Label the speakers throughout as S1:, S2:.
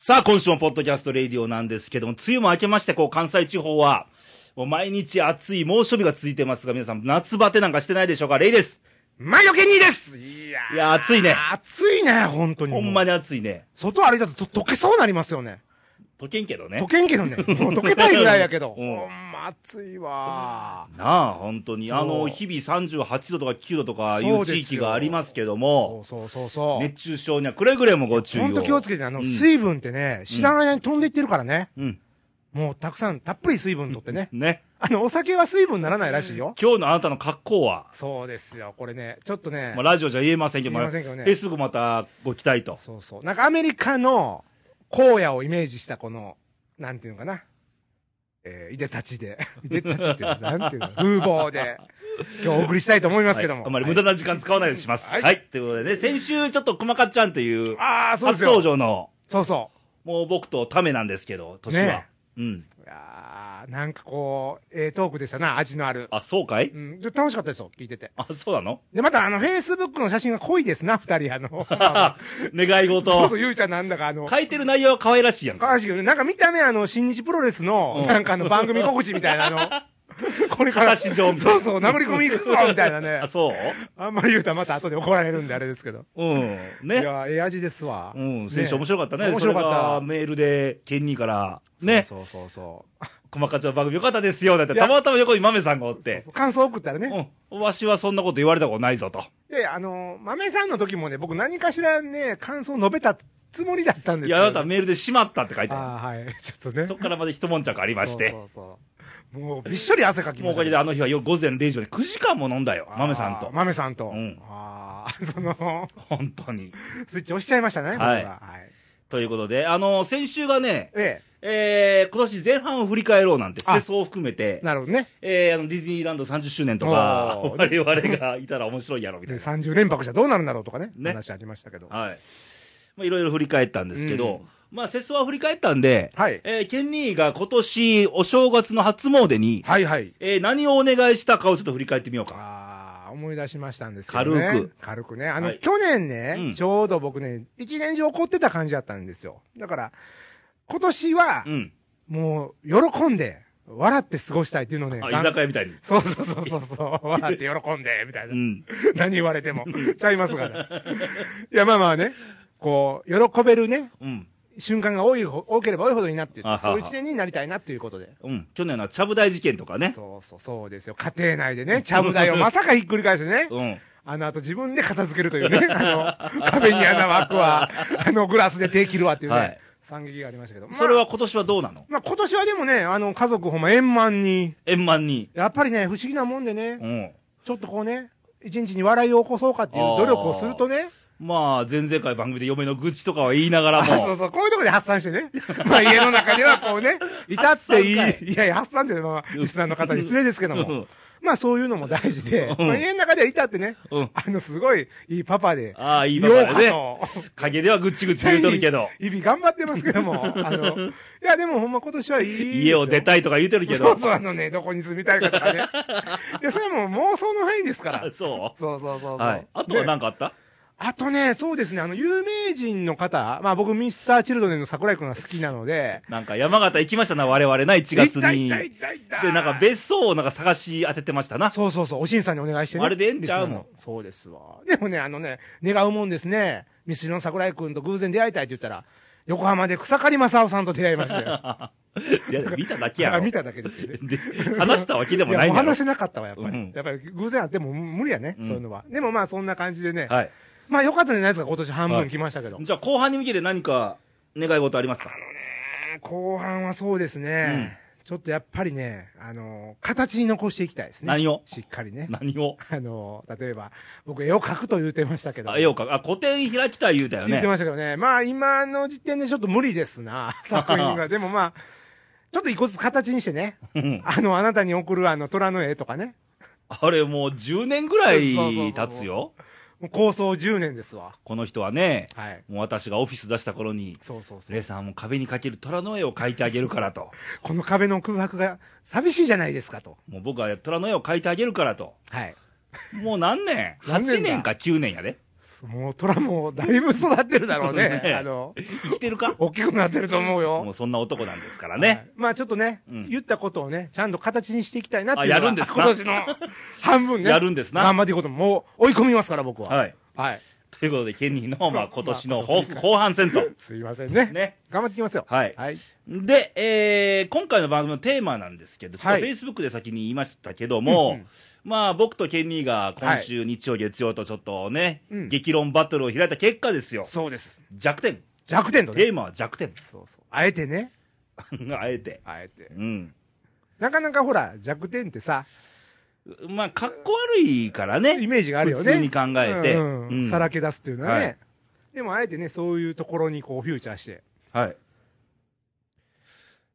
S1: さあ、今週もポッドキャストレディオなんですけども、梅雨も明けまして、こう、関西地方は、もう毎日暑い猛暑日が続いてますが、皆さん、夏バテなんかしてないでしょうかレイです。
S2: 魔除けにですいやー
S1: いや暑いね
S2: 暑いね、本当に。
S1: ほんま
S2: に。
S1: に暑いね。
S2: 外歩いたとと溶けそうになりますよね。
S1: 溶けんけどね
S2: 溶。けんけどね。もう溶けたいぐらいやけど。
S1: うん
S2: ほんま暑いわ
S1: なあ、本当に。
S2: そう
S1: あの、日々38度とか9度とかい
S2: そううですよ
S1: 地域がありますけど
S2: そ
S1: も
S2: う、そうそうそう。
S1: 熱中症にはくれぐれもご注意を。
S2: ほんと気をつけてね、あの、
S1: うん
S2: 水分ってね、知らない間に飛んでいってるからね。
S1: うん。
S2: もうたくさん、たっぷり水分とってね。
S1: ね。
S2: あの、お酒は水分にならないらしいよ。
S1: 今日のあなたの格好は、
S2: そうですよ、これね、ちょっとね
S1: まあ、。ラジオじゃ言えませんけど、
S2: 言えませんけどね
S1: えすぐまたご期待と。
S2: そうそう。なんかアメリカの荒野をイメージしたこの、なんていうのかな。えー、いでたちで。 いでたちっていうのなんていうの風貌で、今日お送りしたいと思いますけども。
S1: はいあんまり無駄な時間使わないようにします。は。
S2: はいい
S1: ということでね、先週ちょっと熊かちゃんという、
S2: ああ、そうです
S1: 初登
S2: よ。
S1: 場の、
S2: そうそ
S1: もう僕とためなんですけど、年は。
S2: ね
S1: うん。
S2: う。いやーなんかこう、ええトークでしたな、味のある。
S1: あ、そうかい
S2: うん、で楽しかったですよ、聞いてて。
S1: あ、そうな の
S2: で、また、あの、フェイスブックの写真が濃いですな、二人、あの、
S1: 願い
S2: そう
S1: 事
S2: そ。う、ゆうちゃんなんだか、あ の、
S1: 書いてる内容は可愛らしいやん
S2: か
S1: か。
S2: わしいけど、なんか見た目、あの、新日プロレスの
S1: う、ん
S2: なんかあの、番組告知みたいな、 あの、これから、
S1: 形上みたい
S2: そ
S1: な
S2: うそう、殴り込み行くぞみたいなね
S1: あ、。そう
S2: あんまり言うたらまた後で怒られるんであれですけど。
S1: うん。
S2: い
S1: ね。
S2: や、ええ味ですわ。
S1: うん、先週面
S2: 白
S1: 白かったね。
S2: 面白かった
S1: それがメールで、ケンニーから、ね、
S2: そうそうそう
S1: 熊かちゃんの番組よかったですよ、なんて、
S2: い
S1: た
S2: や
S1: またま横に豆さんがおっ
S2: そう
S1: て
S2: そ、う。感想送ったらね。
S1: うん、わしはそんなこと言われたことないぞと。
S2: で、あの、豆さんの時もね、僕何かしらね、感想述べたつもりだったんです
S1: い
S2: けど
S1: や、あなたメールでしまったって書いてあ
S2: ああ、はい。ちょっとね。
S1: る。そこからまで一悶着ありまし
S2: そ
S1: て。
S2: うそうそうもう、びっしょり汗かき
S1: もう
S2: ま
S1: お
S2: した
S1: かげで
S2: けど。
S1: あの日はよ午前0時まで9時間も飲んだよ、豆さん
S2: あ
S1: と
S2: ー。豆さんと。
S1: うん
S2: ああ、その、
S1: 本当に。
S2: スイッチ押しちゃいましたね、僕
S1: はい
S2: はい。
S1: ということで、あの、先週がね、
S2: え
S1: えー、今年前半を振り返ろうなんて、
S2: あ
S1: 世相を含め
S2: え、
S1: て、
S2: なるほどね。
S1: えー、あのディズニーランド30周年とか、
S2: お
S1: 我々がいたら面白いやろみた
S2: で、
S1: いな。
S2: 30連泊したらどうなるんだろうとかね、
S1: ね
S2: 話ありましたけど。
S1: はい。まあ、いろいろ振り返ったんですけど、まあ、世相は振り返ったんで、
S2: はい
S1: えー、ケンニーが今年お正月の初詣に、
S2: はいはい。
S1: えー、何をお願いしたかをちょっと振り返ってみようか。
S2: ああ、思い出しましたんですけどね。
S1: 軽く。
S2: 軽くね。あの、
S1: はい
S2: 去年ね、
S1: うん
S2: ちょうど僕ね、一年中怒ってた感じだったんですよ。だから、今年は
S1: う、ん。
S2: もう、喜んで、笑って過ごしたいっていうのをね。
S1: あ、
S2: がん
S1: 居酒屋みたいに。
S2: そうそうそうそうそう、 笑って喜んで、みたいうな。
S1: ん。
S2: 何言われても。ちゃいますから。いや、まあまあね、こう、喜べるね、
S1: うん。
S2: 瞬間が多いほ、多ければ多いほどになって
S1: あはは、
S2: そういう一年になりたいなっていうことで。
S1: うん。去年のちゃぶ台事件とかね。
S2: そうそう、そうですよ。家庭内でね、ちゃぶ台をまさかひっくり返してね。
S1: うん。
S2: あの、あと自分で片付けるとい うね、あの、壁に穴は開くわ、あの、グラスで手切るわっていうね、
S1: はい
S2: 惨劇がありましたけど。まあ
S1: それは、今年はどうなの
S2: まあ今年はでもね、あの、家族ほんま円満に、
S1: 円満に。
S2: やっぱりね、不思議なもんでね
S1: う、ん。
S2: ちょっとこうね、一日に笑いを起こそうかっていう努力をするとね、
S1: まあ、前々回番組で嫁の愚痴とかは言いながら
S2: あそ
S1: も
S2: う、そう、こういうとこで発散してね。 まあ家の中ではこう ね、いたっていい、
S1: 発散
S2: いやいや、発散っていうのは、リスナーの方に失礼ですけど
S1: う
S2: も
S1: ん、
S2: まあそういうのも大事で、
S1: うん
S2: まあ家の中ではいたってね、
S1: うん
S2: あの、すごいいいパパで、
S1: ああ、いいばかりね。
S2: ようこそ
S1: 陰ではぐっちぐち言うとるけど、
S2: 日々頑張ってますけども、あの、いや、でもほんま今年はいいですよ。
S1: 家を出たいとか言うてるけ
S2: そ
S1: ど
S2: う。そう、あのね、どこに住みたいかとか ね。いや、それはもう妄想の範囲ですから
S1: あ。そ
S2: そうそうそうそうう。
S1: はい。あとは何
S2: で
S1: かあった
S2: あとね、そうですね、あの、有名人の方、まあ僕、ミスターチルドレンの桜井くんが好きなので、
S1: なんか山形行きましたな、我々な、1月に。
S2: いたい
S1: で、
S2: たいたいた
S1: なんか別荘をなんか探し当ててましたな。
S2: そうそうそう、おしんさんにお願いしてね。
S1: あれでええんちゃうもん
S2: リスナーのそうですわ。でもね、あのね、願うもんですね、ミスチルの桜井くんと偶然出会いたいって言ったら、横浜で草刈正雄さんと出会い ましたよ。
S1: いや、見ただけや
S2: あ
S1: ろ。
S2: 見ただけですよね。
S1: で話したわけでも
S2: い
S1: な
S2: や、
S1: い
S2: も
S1: ん
S2: う
S1: だろ
S2: 話。せなかったわ、やっぱり。
S1: うん
S2: やっぱり偶然あっても無理やね、
S1: うん
S2: そういうのは。でもまあそんな感じでね。
S1: はい。
S2: まあ良かったじゃないですか、今年半分来ましたけど。
S1: じゃあ後半に向けて何か願い事ありますか
S2: うん後半はそうですね、ちょっとやっぱりね、あのー形に残していきたいですね。
S1: 何を
S2: しっかりね。
S1: 何を
S2: あのー例えば、僕絵を描くと言うてましたけど。
S1: あ、絵をか、あ、個展開きたい言うたよ
S2: 言っ
S1: ね
S2: て。ましたけどね。まあ今の時点でちょっと無理です な、作品が。でもまあ、ちょっと一個ずつ形にしてね、
S1: うん
S2: あの、あなたに送るあの、虎の絵とかね、
S1: あれもう10年ぐらい経つよ。
S2: もう構想10年ですわ。
S1: この人はね、
S2: はい。
S1: もう私がオフィス出した頃に、
S2: そうそうそう
S1: レイ。さんはもう壁にかける虎の絵を描いてあげるからと。
S2: この壁の空白が寂しいじゃないですかと。
S1: もう僕は虎の絵を描いてあげるからと。
S2: はい。
S1: もう何年
S2: 何年だ
S1: ?8 年か9年やで。
S2: もうトラもだいぶ育ってるだろう
S1: ね
S2: ね。あの、
S1: 生きてるか
S2: 大きくなってると思う
S1: も
S2: よ。
S1: うそんな男なんですからね。
S2: まあちょっとね、
S1: うん
S2: 言ったことをね、ちゃんと形にしていきたいなっていうの
S1: あ
S2: は。
S1: やるんですか
S2: 今 年の半分ね。
S1: やるんですな
S2: 頑張っていこうと思う。もう追い込みますから、僕は。
S1: はい。
S2: はい。
S1: ということで、ケニーの、まあ、今年の抱負後半戦と。
S2: すいませんね。
S1: ね。
S2: 頑張っていきますよ。
S1: はい
S2: はい。
S1: で、えー今回の番組のテーマなんですけど、ちょっと
S2: はい
S1: フェイスブックで先に言いましたけども、
S2: うんうん
S1: まあ僕とケニーが今週日曜、月曜とちょっとね、
S2: うん
S1: 激論バトルを開いた結果ですよ。
S2: そうです。
S1: 弱点。
S2: 弱点とね。
S1: テーマは弱点。
S2: そうそう。あえてね。
S1: あえて。
S2: あえて。
S1: うん。
S2: なかなかほら、弱点ってさ、
S1: まあ、かっこ悪いから
S2: イ
S1: ね。
S2: メージがあるよね。
S1: 普通に考えて
S2: うん
S1: うん
S2: さらけ出すっていうのはね。
S1: はい
S2: でもあえてね、そういうところにこう、フューチャーして。
S1: はい。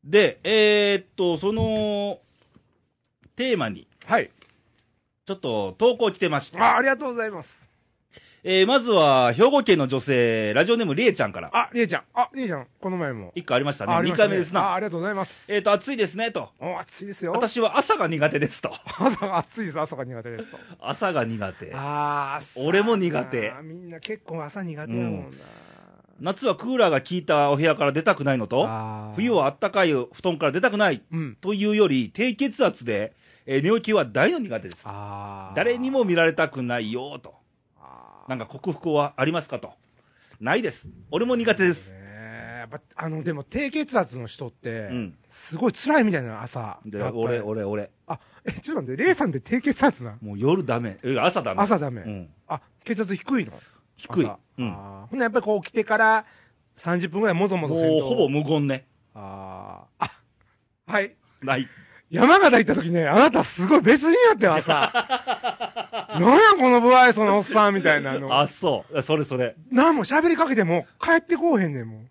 S1: で、えーっと、その、テーマに、
S2: はい。
S1: ちょっと投稿来てました。
S2: あありがとうございます。
S1: えーまずは、兵庫県の女性、ラジオネームりえちゃんから。
S2: あ、りえちゃん。あ、りえちゃん。この前も。
S1: 一個ありましたね。
S2: ああ
S1: 二
S2: りました
S1: 回目です
S2: あ、
S1: な。
S2: ありがとうございます。
S1: えっ、と、暑いですね、と。
S2: お、暑いですよ。
S1: 私は朝が苦手です と。
S2: 朝が暑いです。朝が苦手ですと。
S1: 朝が苦手。
S2: ああ、
S1: 俺も苦手
S2: 朝なみんな結構朝苦手やもんな。
S1: 夏はクーラーが効いたお部屋から出たくないのと、
S2: あー
S1: 冬。はあったかい布団から出たくない
S2: うん。
S1: というより、低血圧で、えー寝起きは大の苦手です。
S2: ああ。
S1: 誰にも見られたくないよと。
S2: あ
S1: なんか克服はありますかと。ないです。俺も苦手で
S2: ー。
S1: す。
S2: ねえやっぱ、あの、でも低血圧の人って
S1: うん、
S2: すごい辛いみたいなの朝。
S1: で、
S2: やっぱり
S1: 俺、。俺、俺。
S2: あ、え、ちょっと待って、レイさんって低血圧なん
S1: もう夜ダメ。え朝ダメ。
S2: 朝ダメ、
S1: うん。
S2: あ、血圧低いの
S1: 低い
S2: 朝
S1: うん
S2: あーほんならやっぱりこう起きてから30分ぐらいもぞもぞせん
S1: もう
S2: と。
S1: ほぼ無言ね。
S2: あーあ、はい。
S1: ない。
S2: 山形行った時ね、あなたすごい別人やった よ、朝。なんや、この不愛想なおっさんみたいなの。
S1: あ、そう。それそれ。
S2: なんも喋りかけても、帰ってこうへんねん、も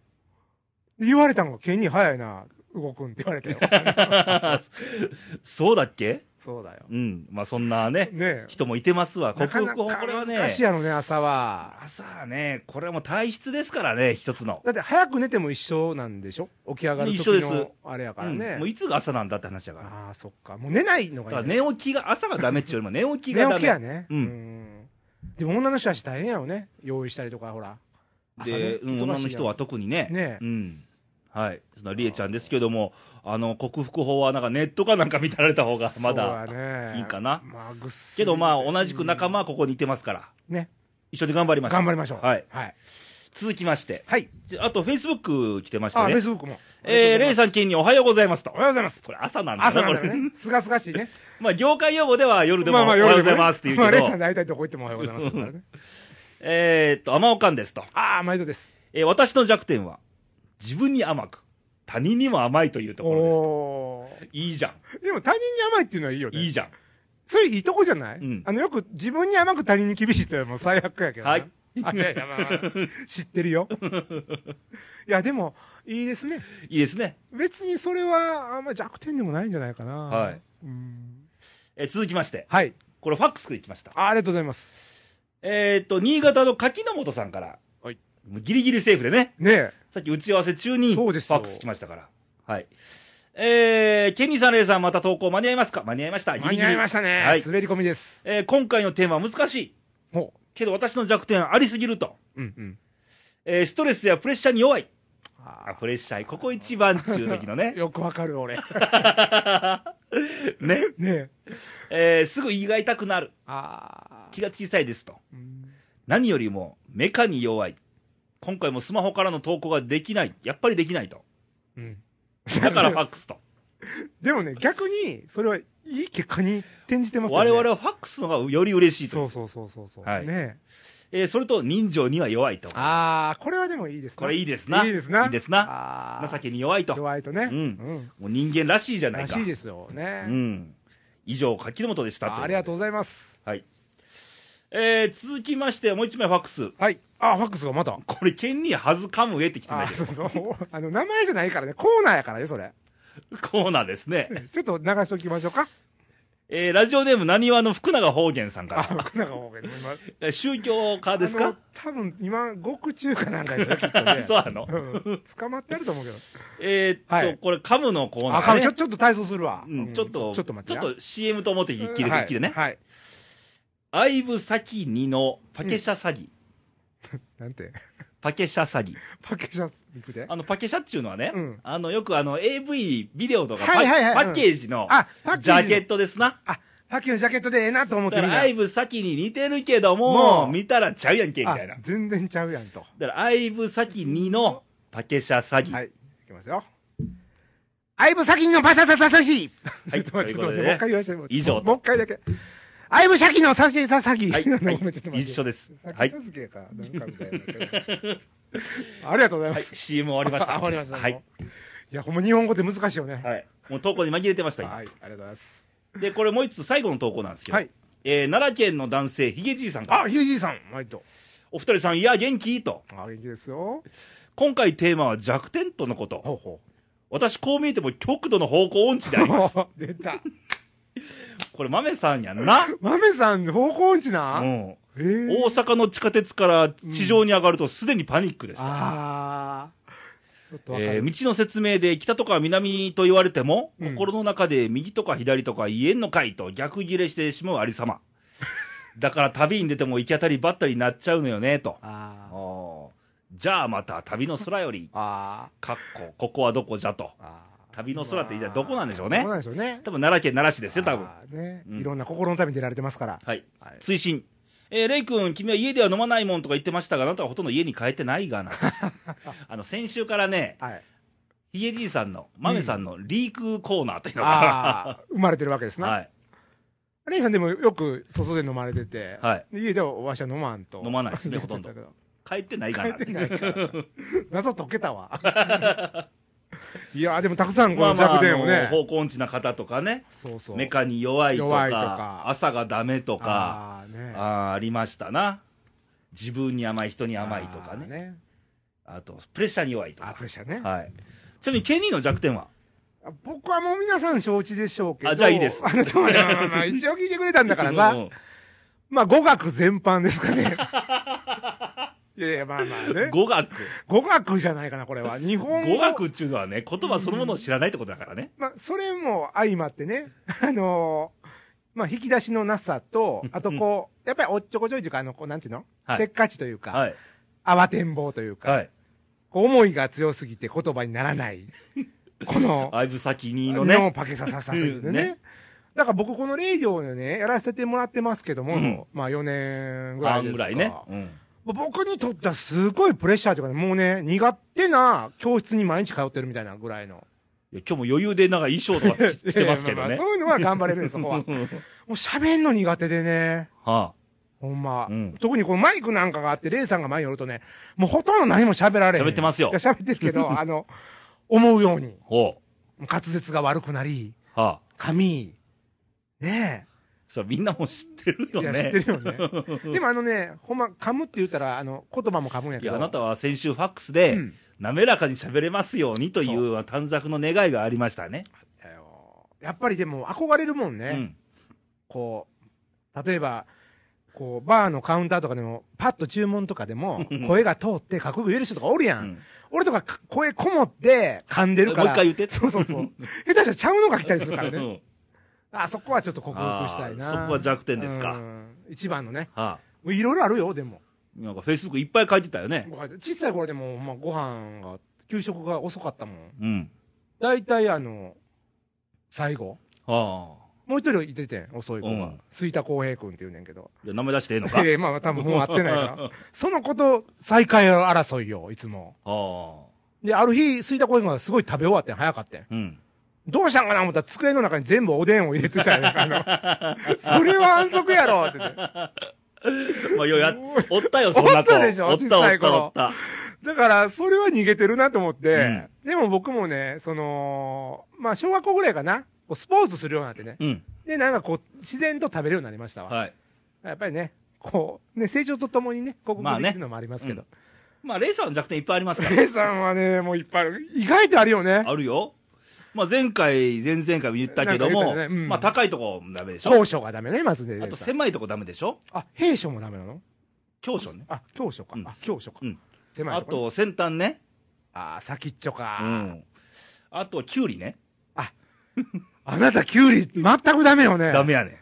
S2: う。言われたんが、ケニー早いな、動くんって言われたよ。
S1: そうだっけ
S2: そうだよ。
S1: うん。まあ、そんなね、
S2: ねえ。
S1: 人もいてますわ。克
S2: なか
S1: 服
S2: な
S1: 法、これは
S2: か
S1: ね、
S2: 難しいやろね、朝は。
S1: 朝はね、これはもう体質ですからね、一つの。
S2: だって早く寝ても一緒なんでしょ起き上がる
S1: 一緒
S2: 時
S1: です
S2: のあれやから
S1: う
S2: ね
S1: ん。もういつが朝なんだって話だから。
S2: ああ、そっか。もう寝ない
S1: だ
S2: のが
S1: か
S2: い
S1: ら
S2: い、
S1: 寝起きが、朝がダメっていう よりも寝起きが
S2: 寝
S1: ダメ。
S2: 起きやね。
S1: うん
S2: んでも女の人はし大変やろね。用意したりとか、ほら。朝ね
S1: で、うん女の人は。特にね。
S2: ね
S1: うん。はい。そのりえちゃんですけども、あの、克服法はなんかネットかなんか見たられた方が
S2: 忙しいや
S1: ま
S2: ん
S1: だ。
S2: そうやね
S1: いいかな
S2: まあ、ぐっすり
S1: けどまあ、同じく仲間はここにいてますから、
S2: ね。
S1: 一緒に頑張りましょう。
S2: 頑張りましょう。
S1: はい。
S2: はい。
S1: 続きまして。
S2: はい。
S1: じゃあと、フェイスブック来てまし
S2: あ、
S1: た
S2: フ
S1: ね
S2: ェイ。スブックも。
S1: えー、レイさ
S2: ん。
S1: ん、ケンにおはようございますと。おは
S2: ようございます
S1: これ朝なんだ
S2: 朝
S1: な、
S2: な
S1: こ
S2: んだ
S1: れ
S2: よ。ね。すがすがしいね。
S1: まあ、業界用語では夜でも、
S2: まあまあ、
S1: おはよう
S2: 夜
S1: ござ
S2: でもね
S1: いますって言
S2: まあ、
S1: うけ
S2: レイ
S1: ど、
S2: さん大体どこ行ってもおはようございますだ からね。
S1: えーっと、甘おかんですと。
S2: ああ、毎度です。
S1: えー私の弱点は、自分に甘く、他人にも甘いというところですと。
S2: おー。
S1: いいじゃ
S2: でも他人に甘いっていうのはいいよ
S1: ん。
S2: ね。
S1: いいじゃん。
S2: それいいとこじゃない、
S1: うん
S2: あの、よく自分に甘く他人に厳しいってのはもう最悪やけどな
S1: はい。
S2: あいやいやまあまあ知って るよ。いや、でも、いいですね。
S1: いいですね。
S2: 別にそれは、あんま弱点でもないんじゃないかな。
S1: はい。
S2: うん。
S1: えー続きまして、
S2: はい。
S1: これファックスで来ました。
S2: あありがとうございます。
S1: えーっと、新潟の柿の本さんから、
S2: はい
S1: もうギリギリセーフでね、
S2: ね
S1: さっき打ち合わせ中に、フ
S2: そ
S1: ァ
S2: うですよ
S1: ックス来ましたから。はい。えー、ケニーさん、レイさん、また投稿間に合いますか間に合いました。
S2: え。
S1: ギリギ
S2: 間
S1: リ
S2: に合いましたね。
S1: はい。
S2: 滑り込みです。
S1: えー今回のテーマは難しい。
S2: ほ
S1: けど私の弱点はありすぎると。
S2: う。うんうん。
S1: えーストレスやプレッシャーに弱い。あ
S2: あ
S1: プレッシャー、ここ一番っていう時の
S2: あ。
S1: ね。
S2: よくわかる、俺。
S1: ね。
S2: ねえ。
S1: えーすぐ胃が痛くなる。
S2: ああ。
S1: 気が小さいですと。
S2: うん
S1: 何よりも、メカに弱い。今回もスマホからの投稿ができない。やっぱりできないと。
S2: うん。
S1: だからファックス と。
S2: でもね、逆に、それはいい結果に転じてますよ
S1: 我
S2: ね。
S1: 々はファックスの方がより嬉しいと。
S2: そうそうそうそうそう。
S1: はい
S2: ねえ。
S1: えーそれと人情には弱いと。
S2: ああ、これはでもいいですね。
S1: これいいですな。
S2: いいですな。
S1: いいですな。
S2: あー
S1: 情けに弱いと。も
S2: 弱いとね。
S1: うんう人間らしいじゃ
S2: うん。
S1: ない
S2: ら
S1: か。
S2: しいですよね
S1: う。ん。以上、柿本でした。
S2: ありがとう
S1: う。
S2: ございます。
S1: はい。えー続きまして、もう一枚ファックス。
S2: はい。あ、ファックスがまた。
S1: これ、剣にはずかむえってきてな
S2: あ
S1: いけ
S2: そ
S1: ど
S2: う、そう。あの、名前じゃないからね。コーナーやからね、それ。
S1: コーナーですね。
S2: ちょっと流しておきましょうか。
S1: えーラジオネーム、なにわの福永方言さんか
S2: あ、
S1: ら。
S2: 福永方言今。
S1: えー宗教家 です
S2: あの
S1: か
S2: 多分、今、獄中かなんか ですよ、きっとね。
S1: そうなの
S2: うん捕まってあると思うけど。
S1: えーっと、
S2: はい
S1: これ、カムのコーナ
S2: あか
S1: ー
S2: ん、ち
S1: ね
S2: ょ、。ちょっと体操するわ。
S1: うん、ちょっと、
S2: ちょっと待って。
S1: ちょっと CM と思って聞いて、聞いてね。
S2: はい。
S1: アイブサキニのパケシャ詐欺。
S2: なんて、
S1: パケシャ詐欺。
S2: パッケージャス見てて。
S1: あの、パケシャっていうのはね、
S2: うん
S1: あの、よくあの、AV、ビデオとか、
S2: はいはいはい
S1: パパッケージの、
S2: あパッケージ
S1: ジ
S2: の
S1: ャケットですな。
S2: あ、パッケージのジャケットでええなと思っ
S1: だ
S2: て
S1: か
S2: るん
S1: ら、
S2: だ
S1: アイブ先に似てるけども、
S2: もう
S1: 見たらちゃうやんけ、み
S2: あ
S1: たいな。だ
S2: 全然ちゃうやんと。
S1: から、アイブ先にの、パケシャ詐欺。
S2: はい。いきますよ。相武先のパササササヒ
S1: はい
S2: ちょっと
S1: とい
S2: 待って、
S1: うことでね
S2: もう一回言わせてもらって
S1: 以上と
S2: もう一回だけ。相武先のサキササヒ
S1: はい一緒
S2: で。
S1: です。は
S2: はい。
S1: い。
S2: 先付けか、なんかみたいな。ありがとうござい
S1: は
S2: ま
S1: い、
S2: す。
S1: CM 終わりました。
S2: あ終わりました。
S1: は
S2: も
S1: い。
S2: う。いや、ほんま日本語って難しいよね。
S1: はい。もう投稿に紛れてました、今
S2: はい。ありがとうございます。
S1: で、これもう一つ最後の投稿なんですけど、
S2: はい
S1: えー奈良県の男性、ひげじいさんから、
S2: あ、ヒュージーさん、毎度。
S1: お二人さん、いや、元気と。
S2: あ、元気ですよ。
S1: 今回テーマは弱点とのこと。
S2: ほうほ
S1: 私、こう見えても極度の方向音痴であり ます。
S2: う。出た。
S1: これ、豆さんやな。
S2: 豆さん、方向音痴
S1: う。
S2: なんえー
S1: 大阪の地下鉄から地上に上がるとすでにパニックでした。
S2: あー。ちょっとわか
S1: え
S2: る
S1: ー。道の説明で北とか南と言われても、
S2: うん
S1: 心の中で右とか左とか言えんのかいと逆ギレしてしまうありさ ま。だから旅に出ても行き当たりばったりになっちゃうのよね、と。
S2: あ
S1: あ
S2: ー。
S1: あじゃあまた旅の空より、
S2: あ
S1: かっこ、ここはどこじゃと。
S2: ー。
S1: 旅の空って一体どこなんでしょうね
S2: どこなんでしょうね。
S1: 多分奈良県奈良市ですよ、多分。
S2: あーね
S1: うん
S2: いろんな心の旅出られてますから。
S1: はい。
S2: はい
S1: 追伸。えーレイ君、君は家では飲まないもんとか言ってましたが、あなたはほとんど家に帰ってない がな。あの、先週からね、
S2: はい。
S1: ひげじいさんの、まめさんのリークコーナーというのが、
S2: ああ、生まれてるわけです
S1: は
S2: な。
S1: い。
S2: レイさんでもよく外で飲まれてて、
S1: はい
S2: で家ではわしは飲まんと。
S1: 飲まないですねほとん ど
S2: 言ってたけ
S1: 帰ってないか
S2: 帰
S1: な
S2: ってな いから。謎解けたわ。いやーでもたくさんこ
S1: まあ
S2: の
S1: まあ
S2: 弱点を
S1: あの
S2: ね。
S1: 方向音痴な方とかね、
S2: そうそう。
S1: メカに弱いとか、
S2: 弱いとか
S1: 朝がダメとか、
S2: あーね
S1: ああありましたな。自分に甘い、人に甘いとか
S2: あー
S1: ね。あと、プレッシャーに弱いと
S2: あ、
S1: か
S2: プ。レッシャーね。
S1: はい。ちなみに、ケニーの弱点は
S2: 僕はもう皆さん承知でしょうけど。
S1: あじゃあいいです
S2: あの、ちょっと待ってまあまあまあ一応聞いてくれたんだか ら
S1: うんう
S2: さ
S1: ん。
S2: まあ、語学全般ですか ね。いやいや、まあまあね。
S1: 語学。
S2: 語学じゃないかな、これは。日本語。
S1: 語学っていうのはね、言葉そのものを知らないってことだからね。
S2: まあ、それも相まってね。あのーまあ、引き出しのなさと、あとこう、やっぱりおっちょこちょいというか、あの、こう、なんちゅうの、
S1: はい
S2: せっかちというか、
S1: はい。
S2: 慌てんぼうというか、
S1: はい。
S2: こう思いが強すぎて言葉にならない。この、
S1: 相武先にの
S2: 日本
S1: ね
S2: を。パケさささせるでね
S1: ね。
S2: だから僕このレイディオのね、やらせてもらってますけども、
S1: うん
S2: まあ4年ぐらいで
S1: 半
S2: す
S1: ぐ
S2: から
S1: いね。うん
S2: 僕にとってはすごいプレッシャーというかね、もうね、苦手な教室に毎日通ってるみたいなぐらいの。
S1: いや今日も余裕でなんか衣装とか着てますけど
S2: いやいや
S1: ね
S2: あ。そういうのは頑張れるんです、そこは。もう喋んの苦手でね、
S1: は
S2: ほんま。
S1: うん
S2: 特にこのマイクなんかがあって、レイさんが前に寄るとね、もうほとんど何も喋られへん。
S1: 喋ってますよ
S2: いや喋ってるけど、あの、思うように
S1: あ。、ほ
S2: 滑舌が悪くなり、
S1: う。はあ。
S2: 髪、ねえ。
S1: それみんなも知ってるよ
S2: いや、
S1: ね。
S2: 知ってるよね。 でもあのね、ほんま、噛むって言ったら、あの、言葉も噛むんや
S1: い
S2: けど。
S1: や、あなたは先週ファックスで、
S2: うん
S1: 滑らかに喋れますようにという短冊の願いがありましたね。
S2: だよやっぱりでも、憧れるもんね。
S1: うん。
S2: こう、例えば、こう、バーのカウンターとかでも、パッと注文とかでも、声が通って、かっこよく言える人とかおるやん。
S1: うん
S2: 俺とかか、声こもって、噛んでるから。
S1: もう一回言って
S2: そうそうそう。 下手したらちゃうのが来たりするから
S1: う
S2: ね。
S1: ん
S2: あ、そこはちょっと克服したいな。
S1: あーそこは弱点ですか
S2: うん。一番のね。
S1: はあ。
S2: もういろいろあるよ、でも。
S1: なんかフェイスブックいっぱい書いてたよね。
S2: 小さい頃でも、まあ、ご飯が、給食が遅かったもん。
S1: うん。
S2: 大体あの、最後。
S1: はあ。
S2: もう一人いててん、遅い子
S1: う
S2: が
S1: ん。
S2: 吹田康平君って言うねんけど。
S1: いや名前出していいの か。
S2: ええまあ多分もう会ってな いから。その子と再会争いよ、いつも。
S1: は
S2: で、ある日、吹田康平君がすごい食べ終わってん、早かってん。
S1: あ。うん。
S2: どうしたんかな思ったら机の中に全部おでんを入れて たんやあの、それは安息やろって言って。
S1: まあ、ようや、おったよ、そんな子。
S2: おったでしょ
S1: おっ
S2: 小
S1: た、お
S2: さ
S1: っ
S2: い
S1: た、
S2: 頃
S1: おった。
S2: だから、それは逃げてるなと思って、でも僕もね、その、まあ、小学校ぐらいかな、こうスポーツするようになってね。
S1: うん。
S2: で、なんかこう、自然と食べるようになりましたわ。
S1: はい。
S2: やっぱりね、こう、ね、成長とともにね、ここ
S1: まあ
S2: ま
S1: ね
S2: できるのもありますけど。
S1: まあ、レイさんの弱点いっぱいあります から。
S2: レイさんはね、もういっぱいある。意外とあるよね。
S1: あるよ。まあ、前回、前々回も言ったけど
S2: なん
S1: も、
S2: か言ったよねうん
S1: まあ、高いとこダメでしょ。
S2: 高所がダメね、まずね。
S1: あ
S2: レ
S1: と、
S2: イさん
S1: 狭いとこダメでしょ。
S2: あ、兵所もダメなの
S1: 狭所ね。
S2: あ、強所か
S1: うん。
S2: あ、強所か
S1: うん。
S2: 狭い
S1: あ
S2: とこね。
S1: と、先端ね。
S2: あ、先っちょ
S1: う
S2: か。
S1: ん。あと、キュウリね。
S2: あなた、キュウリ、全くダメよね。
S1: ダメやねん。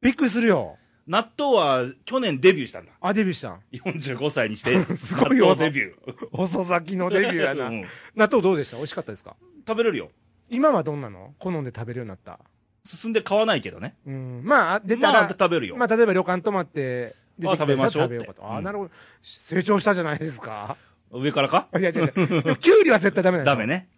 S2: びっくりするよ。
S1: 納豆は去年デビューしたんだ。
S2: あ、デビューしたん。
S1: 45歳にして、
S2: す
S1: 納
S2: ご
S1: 豆
S2: いよ
S1: デビュー。
S2: 遅咲きのデビューやな。
S1: うん
S2: 納豆どうでした美味しかったですか
S1: 食べれるよ。
S2: 今はどんなの好んで食べるようになった。
S1: 進んで買わないけどね。
S2: うん。まあ、出た
S1: まあ
S2: ら、
S1: 食べるよ。
S2: まあ、例えば旅館泊まって、出てきたやつは
S1: あ食べましょうって
S2: 食べようかと。あ
S1: う
S2: ー、
S1: ん
S2: なるほど。成長したじゃないですか。
S1: 上からか
S2: いや、違う違う。でもきゅうりは絶対ダメなんです
S1: ダメ。
S2: よ
S1: ね。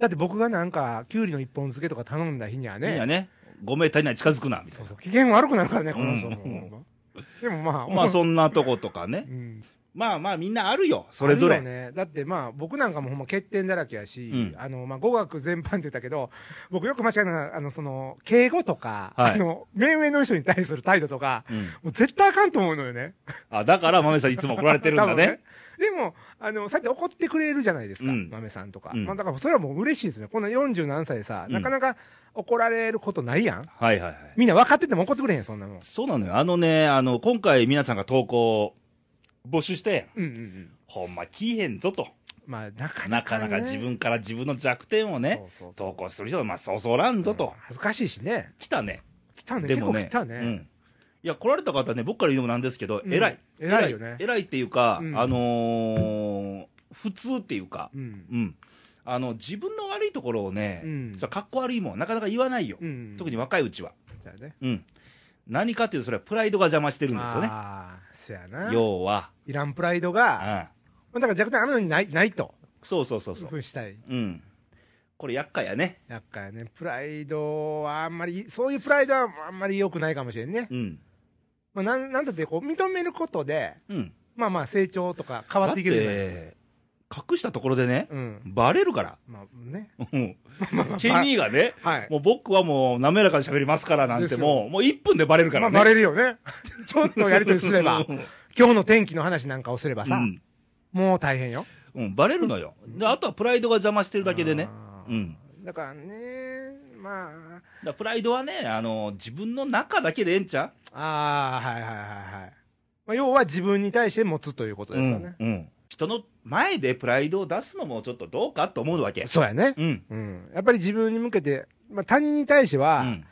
S2: だって僕がなんか、きゅうりの一本漬けとか頼んだ日にはい
S1: い
S2: ね、
S1: やね。5名体内近づくな、みたい
S2: そうそう、機嫌悪くなるか らね、この人も。
S1: うん
S2: でもまあ、
S1: な。まあ
S2: う。
S1: そんなとことかね。
S2: ん、
S1: まあまあみんなあるよ。それぞ
S2: あ
S1: れ。
S2: るよね、だってまあ、僕なんかもほんま欠点だらけやし、
S1: うん
S2: あの、まあ、語学全般って言ったけど、僕よく間違えたのは、あの、その、敬語とか、
S1: はい
S2: あの、目上の人に対する態度とか、
S1: うん。
S2: もう絶対あかんと思うのよね。
S1: あ、だから豆さんいつも怒られてるん だね。
S2: 多分ね。でも、あの、さっき怒ってくれるじゃないですか、
S1: うん
S2: 豆さんとか。
S1: うん
S2: まあ、だからそれはもう嬉しいですね。こんな40何歳でさ、
S1: うん
S2: なかなか怒られることないやん。
S1: はいはいはい。
S2: みんな分かってても怒ってくれへん、そんなもん。
S1: そうなのよ。あのね、あの、今回皆さんが投稿募集して、
S2: うんうんうん。
S1: ほんま聞いへんぞと。
S2: まあ、なかな
S1: なか
S2: かね、
S1: なか自分から自分の弱点をね、
S2: そうそうそう
S1: 投稿する人はまあそうそうおらんぞと。
S2: 恥ずかしいしね。
S1: 来たね。
S2: 来たね。
S1: で
S2: 結
S1: も
S2: 構
S1: ね。
S2: 来たね。
S1: うん。いや、来られた方ね、僕から言うのもなんですけど、
S2: うん
S1: 偉い。
S2: 偉いよね
S1: 偉いっていうか、
S2: うん
S1: あのー普通っていうか、
S2: うん。
S1: うん。あの、自分の悪いところをね、
S2: うん
S1: それはかっこ悪いもん、なかなか言わないよ。
S2: うん
S1: 特に若いうちは。
S2: そうやね。
S1: うん。何かっていうと、それはプライドが邪魔してるんですよね。
S2: ああ、そやな。
S1: 要は。
S2: イランプライド
S1: う
S2: が、
S1: ん。
S2: まあだから弱点あるのにない、ないと。
S1: そうそうそうそ
S2: そ
S1: うう。
S2: したい。
S1: うん。これ厄介やね。
S2: やっかやね。プライドはあんまり、そういうプライドはあんまり良くないかもしれんね。
S1: うん。
S2: まあ、なん、なんだってこう、認めることで、
S1: うん。
S2: まあまあ成長とか変わっていけるじゃない
S1: だって隠したところでね、
S2: うん。
S1: バレるから。
S2: まあね。
S1: うんケニーがね、
S2: はい。
S1: もう僕はもう滑らかに喋りますからなん
S2: で
S1: て
S2: す
S1: もう、もう1分でバレるから
S2: まあ
S1: ね。
S2: バレるよね。 ちょっとやりとりすれば
S1: うん、
S2: 今日の天気の話なんかをすればさ、
S1: うん
S2: もう大変よ。
S1: うん、バレるのよ。で、あとはプライドが邪魔してるだけでね。
S2: あー
S1: うん。
S2: だからね、
S1: だ
S2: まあ、
S1: からプライドはね、あの、自分の中だけでええんちゃ
S2: ああ、はいはいはいはい。まあ、要は自分に対して持つということ
S1: う
S2: ですよ
S1: ん
S2: ね。。
S1: うん。人の前でプライドを出すのもちょっとどうかと思うわけ。
S2: そうやね。
S1: うん。
S2: うん。やっぱり自分に向けて、まあ、他人に対して
S1: う
S2: は、ま
S1: ん。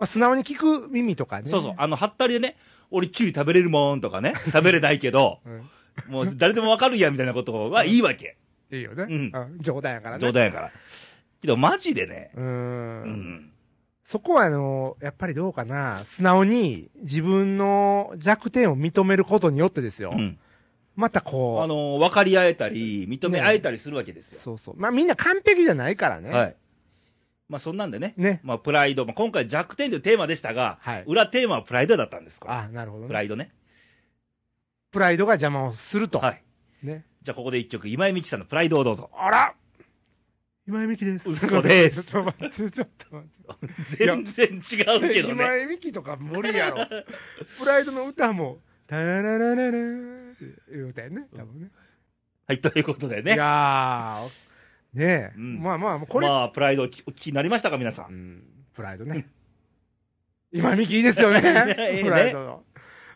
S2: あ、素直に聞く耳とかね。
S1: そうそう。あの、はったりでね、俺キュウリ食べれるもんとかね、食べれないけ ど、
S2: うん。
S1: もう誰でもわかるやんみたいなことはいいわけ。
S2: いいよね。
S1: うん
S2: うん。冗談やからね。
S1: 冗談やから。けどマジでね、
S2: うーん,、
S1: うん。
S2: そこは、あの、やっぱりどうかな。素直に自分の弱点を認めることによってですよ。
S1: うん。
S2: また
S1: あ
S2: こう、
S1: の、分かり合えたり、認め合えたりするわけですよ。
S2: そうそう。まあ、みんな完璧じゃないからね。
S1: はい。まあそんなんでね。
S2: ね。
S1: まあプライド、まあ、今回弱点というテーマでしたが、
S2: はい
S1: 裏テーマはプライドだったんですから。
S2: あ、なるほど
S1: プ
S2: ね。
S1: ライドね。
S2: プライドが邪魔をすると。
S1: はい。
S2: ね。
S1: じゃあここで一曲、今井美樹さんのプライドをどうぞ。
S2: あら今井美樹です。
S1: 嘘です
S2: ちょっと待って、ちょっと待
S1: 全然違う
S2: って。
S1: けど
S2: 今
S1: ね。
S2: 井美樹とか無理 やろ。プライドの歌も、タラララララーっていう歌やね、多分ね。
S1: はい、ということで
S2: い
S1: ね。
S2: やー、ねえ、
S1: うん
S2: まあまあ、これ、
S1: まあ、プライドお聞お聞きになりましたか、皆さ。
S2: うんん、プライドね。今井美樹いいですよ ね
S1: ね。
S2: プライドの。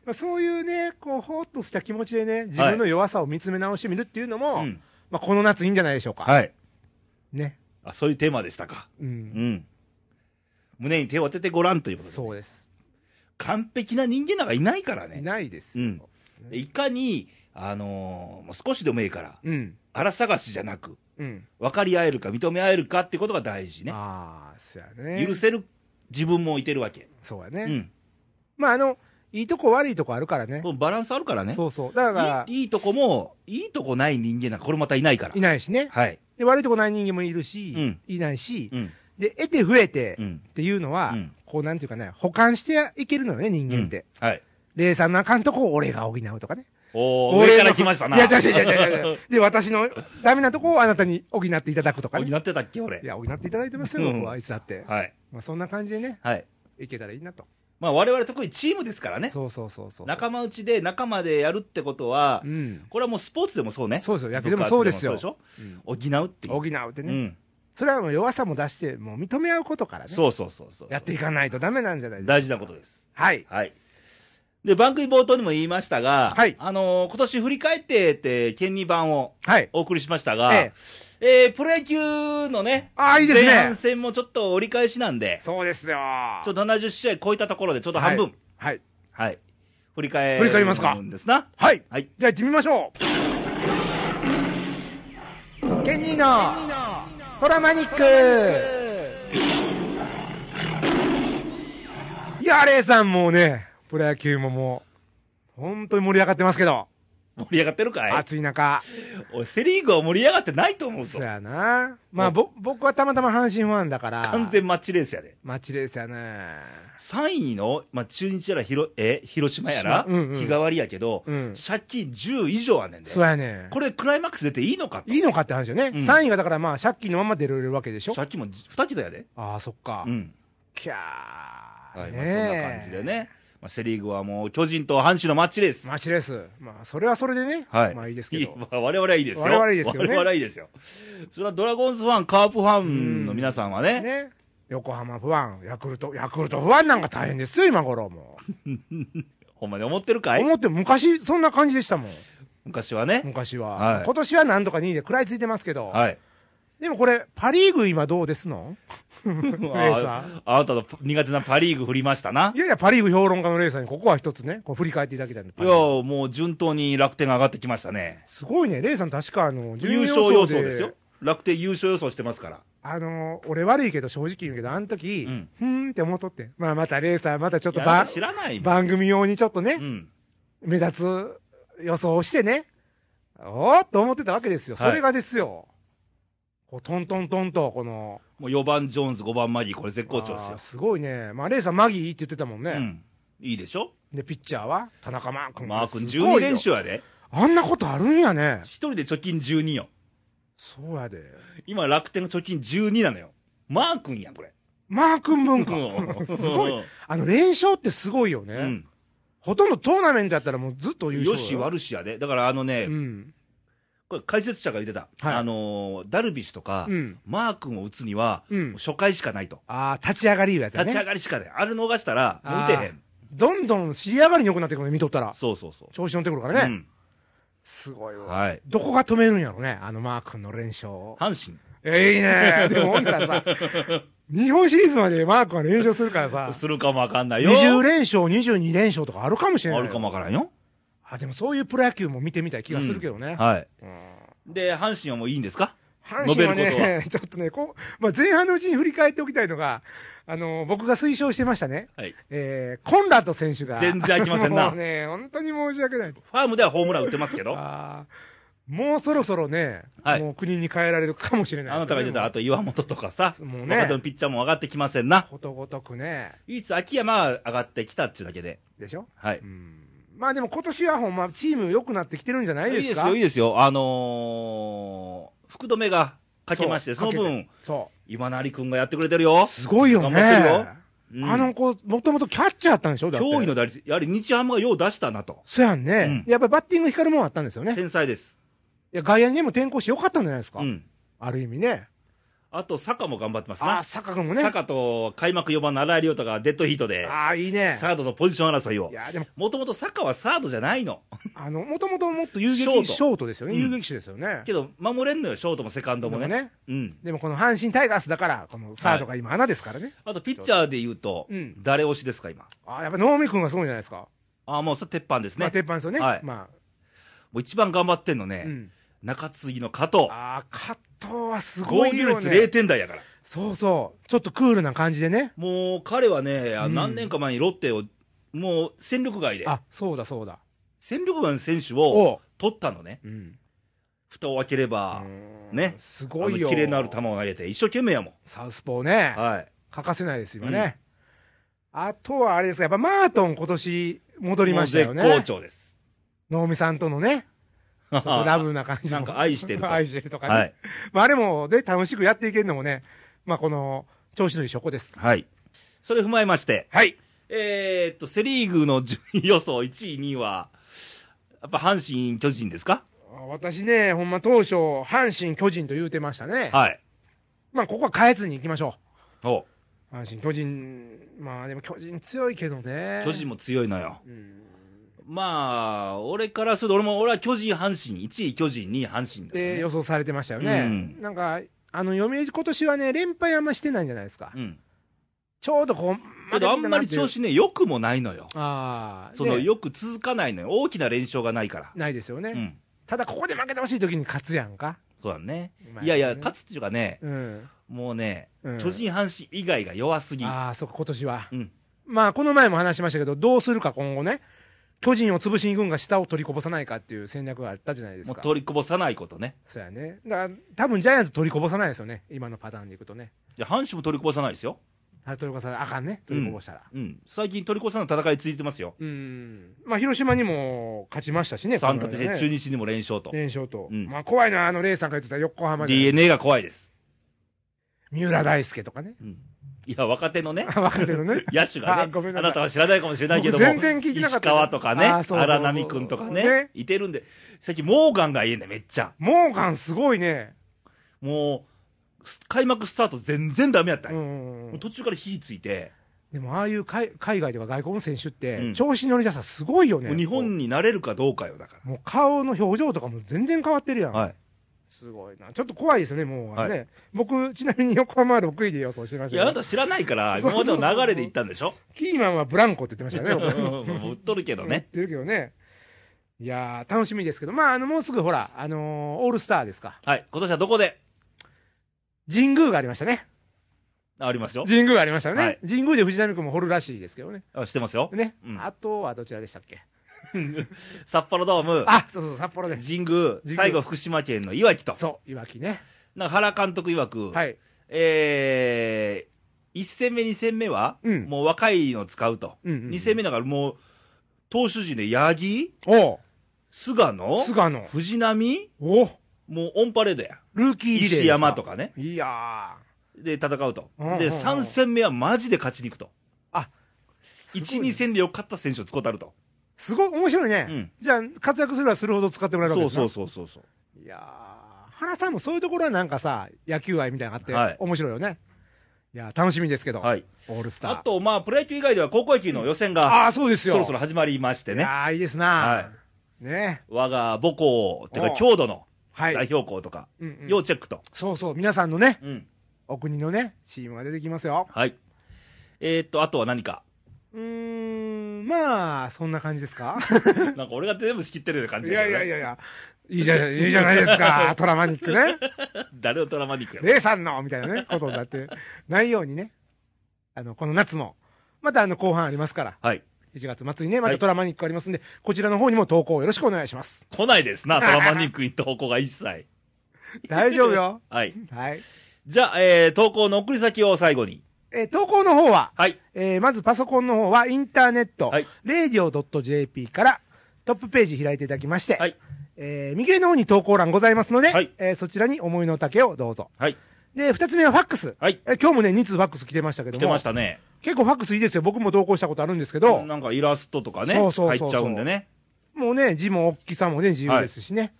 S2: まあ、そういうね、こう、ほーっとした気持ちでね、自分の弱さを見つめ直してみるっていうの
S1: う
S2: も、
S1: ん。
S2: まあ、この夏いいんじゃないでしょうか。
S1: はい。
S2: ね。
S1: あ、そういうテーマでしたか。
S2: う。
S1: うんん。胸に手を当ててごらんということで。
S2: そうです。
S1: 完璧な人間なんかいないから
S2: い
S1: ね。
S2: ないです
S1: う
S2: よ。
S1: ん。いかに、あのーもう少しでもいいから、
S2: うん。
S1: 荒探しじゃなく、
S2: うん。
S1: 分かり合えるか認め合えるかってことが大事ね。
S2: ああ、そうやね。
S1: 許せる自分もいてるわけ。
S2: そうや
S1: う
S2: ね。
S1: ん。
S2: まあ、あの、いいとこ悪いとこあるからね。
S1: このバランスあるからね。
S2: そうそう。だから、
S1: いいいいとこも、いいとこない人間なんかこれまたいないから
S2: い。ないしね。
S1: はい。
S2: で、悪いとこない人間もいるし、
S1: うん
S2: いないし
S1: う、ん。
S2: で、得て増えて
S1: う、ん。
S2: っていうのは、
S1: うん
S2: こう、なんていうかね、保管していけるのよね、人間って。
S1: うん。はい。
S2: レイさんのあかんとこを俺が補うとかね。
S1: おー、
S2: 俺
S1: 上
S2: の
S1: から来ましたな。
S2: いや、違う違う違 う違う違う。で、私のダメなとこをあなたに補っていただくとか
S1: 俺に
S2: ね。
S1: なってたっけ、俺
S2: い。や、補っていただいてますよ、
S1: うん
S2: 僕は、あいつだって。
S1: はい。
S2: まあ、そんな感じでね、
S1: はい。
S2: いけたらいいなと。
S1: まあ、我々得意チームですからね。
S2: そうそうそうそう。
S1: 仲間内で仲間でやるってことは
S2: う、ん。
S1: これはもうスポーツでもそうね。
S2: そうですよ野球で
S1: 部
S2: も
S1: 活
S2: そうですよ
S1: でも
S2: うん
S1: そうでしょ補うっていう。
S2: 補うってね。
S1: うん。
S2: それはもう弱さも出して、もう認め合うことからね。
S1: そうそうそうそう。
S2: やっていかないとダメなんじゃないですか。
S1: 大事なことです。
S2: はい。
S1: はい。で、番組冒頭にも言いましたが、
S2: はい
S1: あのー今年振り返ってって、権利版を
S2: はい。
S1: お送りしましたが、
S2: え
S1: えープロ野球のね、
S2: ああ、いいです
S1: 前半
S2: ね。
S1: 戦もちょっと折り返しなんで、
S2: そうですよ。
S1: ちょっと70試合超えたところでちょうど半分。
S2: はい。
S1: はい。振り返
S2: 振り返りますか
S1: るんですな。
S2: はい。
S1: はい
S2: じゃあ行ってみましょう。ケニーのトラマニック。いや、レイさんもうね、プロ野球ももう、本当に盛り上がってますけど、
S1: 盛り上がってるかい
S2: 暑い中。
S1: おい、セリーグは盛り上がってないと思うぞ
S2: そう。やな。まあ、ぼ、僕はたまたま阪神ファンだから。
S1: 完全マッチレースやで。
S2: マッチレースやね。
S1: 3位の、まあ、中日やらひろ、え、広島やら、
S2: うんうん
S1: 日替わりやけど、
S2: うん
S1: 借金10以上あんねんで。
S2: そうやね。
S1: これクライマックス出ていいのかと
S2: いいのかって話よね。
S1: うん
S2: 3位がだからまあ、借金のまま出られるわけでしょ。
S1: さっきも2桁やで。
S2: ああ、そっか。
S1: うん。
S2: きゃー。
S1: はい、まあそん
S2: ねえ
S1: な感じで。ね。まあ、セリーグはもう巨人と阪神のマッチレース。
S2: マッチレース。まあ、それはそれでね。
S1: はい。
S2: まあいいですけど。
S1: まあ我々はいいですよ。
S2: 我々はいいですよね
S1: 我々はいいですよ。それはドラゴンズファン、カープファンの皆さんはね、
S2: ね。横浜不安、ヤクルト、ヤクルト不安なんか大変ですよ、今頃もう。
S1: ほんまに思ってるかい
S2: 思っても昔、そんな感じでしたもん。
S1: 昔はね。
S2: 昔は。
S1: はい
S2: 今年はなんとか2位で食らいついてますけど。
S1: はい。
S2: でもこれ、パリーグ今どうで すのレーサー。。
S1: ああなたの苦手なパ・リーグ振りましたない
S2: やいや、パリーグ評論家のレーサーにここは一つね、こう振り返っていただきたいんで。パ
S1: い
S2: リ
S1: や、
S2: ーグ
S1: もう順当に楽天が上がってきましたね。
S2: すごいね、レイさん確かあの、
S1: 優
S2: 準
S1: 勝予想ですよ。。楽天優勝予想してますから。
S2: あの、俺悪いけど正直言うけど、あの時、
S1: うん
S2: ふーんって思っとって。まあまたレイさん、またちょっと
S1: いやあな
S2: ば
S1: た知らないもん。
S2: 番組用にちょっとね、
S1: うん。
S2: 目立つ予想をしてね、おーっと思ってたわけですよ。
S1: はい
S2: それがですよ、こうトントントンと、この、
S1: もう4番ジョーンズ、5番マギー、これ絶好調
S2: あー
S1: です
S2: ごいね。まあ、レイさん、マギーいいって言ってたもん
S1: すよ。う
S2: ね。
S1: ん。いいでしょ
S2: で、ピッチャーは、田中マー君。
S1: マー君
S2: すごいよ
S1: 12連。勝やで。
S2: あんなことあるんやね
S1: 一。人で貯金12よ。
S2: そうやで。
S1: 今楽天が貯金12なのよ。マー君やん、これ。
S2: マー君文
S1: う
S2: 化。
S1: ん
S2: すごい。あの、連勝ってすごいよね。
S1: うん。
S2: ほとんどトーナメントやったらもうずっと優勝
S1: よし悪しやで。だからあのね、
S2: うん。
S1: これ解説者が言ってた。
S2: はい
S1: あのーダルビッシュとか、
S2: うん
S1: マー君を打つには、
S2: うん
S1: 初回しかないと。
S2: ああ、立ち上がりいうやつやね。
S1: 立ち上がりしかない。あれ逃したら、もう打てへん。
S2: どんどん尻上がりに良くなってくるね、見とったら。
S1: そうそうそう。
S2: 調子乗ってくるからね。
S1: うん
S2: すごいわ。
S1: はい。
S2: どこが止めるんやろね、あのマー君の連勝を。
S1: 阪神。
S2: えい いね。でもほんならさ、日本シリーズまでマー君は連勝するからさ、
S1: するかもわかんないよ。
S2: 20連勝、22連勝とかあるかもしれない。
S1: あるかもわから
S2: ん。
S1: んよ。
S2: あ、でもそういうプロ野球も見てみたい気がするけどね。
S1: はい。
S2: うん
S1: で、阪神はもういいんですか
S2: 阪神は
S1: 述べ
S2: ね、ち ょっとね、こう、まあ、前半のうちに振り返っておきたいのが、あの、僕が推奨してましたね。
S1: はい。
S2: えー、コンラッド選手が。
S1: 全然飽きませんな
S2: もうね、本当に申し訳ない。
S1: ファームではホームラン打ってます けど、あ
S2: あーもうそろそろね、
S1: はい
S2: もう国に帰られるかもしれない
S1: な
S2: です
S1: た
S2: よ
S1: が
S2: ね、
S1: 言ってた、あと岩本とかさ、
S2: もうね
S1: 若手のピッチャーも上がってきませんな。
S2: もうことごとくね、
S1: 唯一秋山が上がってきたっていうだけで。
S2: でしょ。
S1: はいう
S2: ん。まあでも今年はほんま、チーム良くなってきてるんじゃない
S1: い
S2: で
S1: いですす
S2: か
S1: よ、いいですよ。あのー、福留がかけまして、そ
S2: そう
S1: の分、
S2: そ
S1: 今成君がやってくれてるよ
S2: う。。すごいよね。
S1: 頑張ってるようん
S2: あの子、もともとキャッチャーだったんでしょだって
S1: 驚異の打率、やはり日ハムがよう出したなと。
S2: そうやんね、
S1: うん
S2: やっぱりバッティング光るもんあったんですよね。
S1: 天才です。
S2: いや、外野にでも転向してよかったんじゃないですか、
S1: うん。
S2: ある意味ね。
S1: あと、坂も頑張ってます
S2: あ
S1: な
S2: あ、。坂君もね。
S1: 坂と開幕4番の荒井亮太がデッドヒートで、
S2: ああ、いいね。
S1: サードのポジション争いを
S2: い。や、でも、
S1: もともと坂はサードじゃないの。
S2: あの、もともともっと遊
S1: シ
S2: 撃シ
S1: ョ
S2: ョ
S1: ート
S2: ートですよね。
S1: うん
S2: 遊撃手ですよね。
S1: けど、守れんのよ、ショートもセカンドも
S2: で
S1: ね。うん。
S2: でもこの阪神タイガースだから、このサードが今穴ですからね。
S1: あと、ピッチャーで言うと
S2: うん、
S1: 誰推しですか、今。
S2: ああ、やっぱ能見君がすごいじゃないですか。
S1: ああ、もうそれ鉄板です
S2: ま
S1: ね
S2: あ、。鉄板ですよね。
S1: はい
S2: ま
S1: もう一番頑張ってんの
S2: あ、
S1: ね
S2: う、ん。
S1: 中継ぎの加藤。
S2: ああ、カットはす
S1: 防
S2: ごい
S1: 御
S2: よ
S1: 率0
S2: ね。
S1: 点台やから。
S2: そうそう。ちょっとクールな感じでね。
S1: もう彼はね、あ
S2: うん
S1: 何年か前にロッテを、もう戦力外で、
S2: あ、そうだそうだ。
S1: 戦力外の選手を
S2: おう。
S1: 取ったのね。
S2: うん。
S1: 蓋を開ければ、ね
S2: す
S1: あの
S2: ごいよ。
S1: 綺麗のある球を投げて、一生懸命やもん。
S2: サウスポーね。
S1: はい。
S2: 欠かせないです、今ね。あとはあれですか、やっぱマートン今年戻りましたよね。
S1: もう絶好調です。
S2: 能見さんとのね、ちょっと ラブな感じも
S1: なんか愛してると。
S2: 愛してるとかね。
S1: はい。
S2: まああれもね、楽しくやっていけるのもね、まあこの、調子のいい証拠です。
S1: はい。それ踏まえまして、
S2: はい。
S1: えー、っと、セリーグの順位予想1位、2位は、やっぱ阪神、巨人ですか
S2: 私ね、ほんま当初、阪神、巨人と言うてましたね。
S1: はい。
S2: まあここは変えずに行きましょ
S1: お
S2: う。阪神、巨人、まあでも巨人強いけどね。
S1: 巨人も強いのよ。
S2: うん。
S1: まあ、俺からすると、俺も、俺は巨人、阪神、1位巨人、2位阪神だよ
S2: で、
S1: ね
S2: 予想されてましたよね。
S1: うん
S2: なんか、あの、読売今年はね、連敗あんましてないんじゃないですか。
S1: うん。
S2: ちょうどこう、
S1: けどあんまり調
S2: 子
S1: 子ね、良くもないのよ。
S2: ああ
S1: その、
S2: ね
S1: よく続かないのよ。大きな連勝がないから。
S2: ないですよね、
S1: うん。
S2: ただここで負けてほしい時に勝つやんか、
S1: そうだね
S2: うまいよ。ね
S1: いやいや、勝つっていうかね、
S2: うん
S1: もうね、
S2: うん
S1: 巨人阪神以外が弱すぎ。
S2: ああそうか今年は、
S1: うん。
S2: まあこの前も話しましたけどどうするか今後ね巨人を潰しに行くんが下を取りこぼさないかっていう戦略があったじゃないです
S1: もう
S2: か
S1: 取りこぼさないことね。
S2: そうやねだから多分ジャイアンツ取りこぼさないですよね今のパターンでいくとね
S1: いや、阪神も取りこぼさないですよ。
S2: あ取りこぼさないあかんね取りこぼしたら
S1: うん。最近取りこぼさない戦い続いてますよ。
S2: うん、まあ広島にも勝ちましたしね
S1: 三
S2: この
S1: 立
S2: 間
S1: で
S2: ね
S1: 中日にも連勝と。
S2: 連勝と、
S1: うん
S2: まあ怖いなあのレイさんが言ってた横浜で
S1: DNA が怖いです。
S2: 三浦大輔とかね
S1: うん。いや、若手のね、
S2: 分かって るね
S1: 野手が
S2: あ
S1: ね、
S2: ごめんな
S1: あ
S2: さ
S1: な
S2: い
S1: たは知らないかもしれないけども、
S2: 僕全然聞いてなかった
S1: 石川とかね、
S2: あーそうそうそう
S1: 荒波くんとかね
S2: ね、
S1: いてるんで、最近、モーガンがいいね、めっちゃ。
S2: モーガンすごいね
S1: もう、す開幕スタート全然ダメやったん
S2: う
S1: よ
S2: ん
S1: もう途中から火ついて、
S2: でもああいう海海外とか外国の選手っ
S1: う
S2: て
S1: ん
S2: 調子乗り出したらすごいよね、
S1: もう日本になれるかどうかよ、だか
S2: もう顔の表情とかも全然変わってるやん、
S1: ら。はい。
S2: すごいなちょっと怖いですよねもうね、
S1: は僕、
S2: ちなみに横浜は6位で予想してまし
S1: い
S2: た
S1: や、あ
S2: よ
S1: なた知らないから、今までの流れで行ったんでしょ
S2: キーマンはブランコって言ってまし たよね僕
S1: うんもう売っとるけど
S2: 言っ
S1: ね。
S2: てるけどねいやー楽しみですけどまああのもうすぐほらあのーオールスターですか
S1: はい。今年はどこで
S2: 神宮がありましたね
S1: ありますよ。
S2: 神宮がありましたよね、
S1: はい
S2: 神宮で藤浪君も掘るらしいですけどね
S1: あしてますよ。
S2: ね、
S1: うん
S2: あとはどちらでしたっけ
S1: 札幌ドーム、
S2: あそうそう札幌で
S1: 神宮、
S2: 宮
S1: 最後福島県のいわきと。
S2: そういわきね
S1: なんか原監督曰く、
S2: はい
S1: えー、1戦目、2戦目は、
S2: うん
S1: もう若いの使うと。
S2: うんうんうん
S1: 2戦目だからもう、投手陣で八木、
S2: お
S1: 菅野、
S2: 菅野
S1: 藤浪、
S2: お
S1: もうオンパレードや。
S2: ルーキーリレーです
S1: 石山とかね。
S2: いや
S1: で、戦うと。
S2: うんうんうん
S1: で、3戦目はマジで勝ちに行くと。
S2: あす
S1: 1、
S2: ごいね
S1: 2戦でよかった選手を使うたると。
S2: ーすごい面白いね、
S1: うん
S2: じゃあ活躍すればするほど使ってもらえるわけ
S1: そう
S2: です
S1: そ
S2: な
S1: うそうそうそう。
S2: いやー原さんもそういうところはなんかさ野球愛みたいなのがあっ
S1: はい
S2: て面白いよね、い、や楽しみですけど、
S1: はい
S2: オールスター
S1: あと、まあ、プロ野球以外では高校野球の予選が、
S2: ああそうですよ
S1: そろそろ始まりまして
S2: い
S1: ね。
S2: やーいいですな、
S1: は
S2: ね
S1: 我が母校、て
S2: お
S1: か
S2: う
S1: 郷土の
S2: はい、
S1: 代表校とか、
S2: うんうん
S1: 要チェックと。
S2: そうそう皆さんのね
S1: うん。
S2: お国のねチームが出てきますよ
S1: はい。えー、っと、あとは何 か。
S2: うーんまあそんな感じで すか
S1: なんか俺が全部仕切ってるような感
S2: い
S1: じだ
S2: や
S1: けどね
S2: いやいやいやいいじゃないいいじゃないで すかトラマニックね
S1: 誰のドラマに行くよ。
S2: 姉さんのみたいなね、ことになって、 ないようにね、あの、この夏も、またあの、後半ありますから、
S1: はい。
S2: 1月末にね、ま
S1: は
S2: た
S1: い
S2: トラマニックありますんで、こちらの方にも投稿よろしくお願い します。
S1: 来ないです な、ドラマに行く投稿が一切。
S2: 大丈夫よ。
S1: はい。
S2: はい。
S1: じゃあ、えー、投稿の送り先を最後に。
S2: えー投稿の方は、
S1: はい。
S2: えーまずパソコンの方は、インターネット、
S1: はい
S2: radio.jp から、トップページ開いていただきまして、
S1: はい。
S2: えー右上の方に投稿欄ございますので、
S1: はい
S2: えーそちらに思いの丈をどうぞ。
S1: はい。
S2: で、二つ目はファックス。
S1: はい
S2: えー今日もね、2通ファックス来てましたけど
S1: 来
S2: も。
S1: てましたね。
S2: 結構ファックスいいですよ。僕も投稿したことあるんですけど。
S1: なんかイラストとかね、
S2: そうそうそう
S1: 入
S2: そう
S1: っちゃうんでね。
S2: もうね、字も大きさもね、自由ですしね。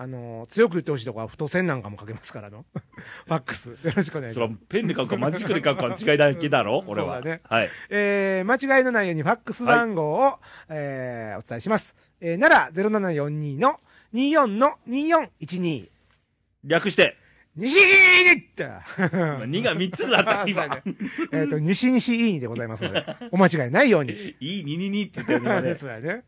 S2: あのー強く言ってほしいとこは、太線なんかもかけますからの。 ファックス。よろしくお願いし
S1: そ
S2: ま
S1: れ
S2: す。
S1: ペンで書くかマジックで書くかの違いだけだろ、俺は。
S2: そうだね
S1: はい。
S2: えー、間違いのないようにファックス番号を、えーお伝えします。えー、なら、0742の24の2412。
S1: 略して、
S2: 西にって
S1: 2が3つだ った、今。
S2: そうやねえっと、西西いいにでございますので、お間違いないように。
S1: いい222って言ったよ、今ね
S2: そ。うやね。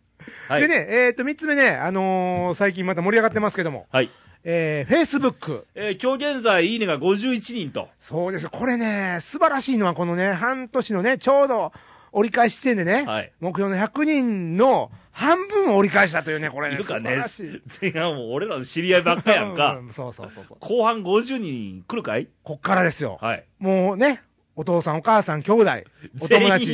S1: はい
S2: でね、えっ、と、三つ目ね、あのー最近また盛り上がってますけども、
S1: はい。
S2: えー、Facebook。
S1: えー今日現在、いいねが51人と。
S2: そうです。これね、素晴らしいのはこのね、半年のね、ちょうど折り返し地点でね、
S1: はい
S2: 目標の100人の半分を折り返したというね、これ
S1: い
S2: ね、
S1: る
S2: 素
S1: か
S2: 晴
S1: ね
S2: らしい。、
S1: 前半もう俺らの知り合いばっか やんか
S2: う。んそうそうそうそう。
S1: 後半50人来るかい
S2: こっからですよ。
S1: はい。
S2: もうね、お父さん、お母さん、兄弟、お友
S1: 全 員
S2: 達、、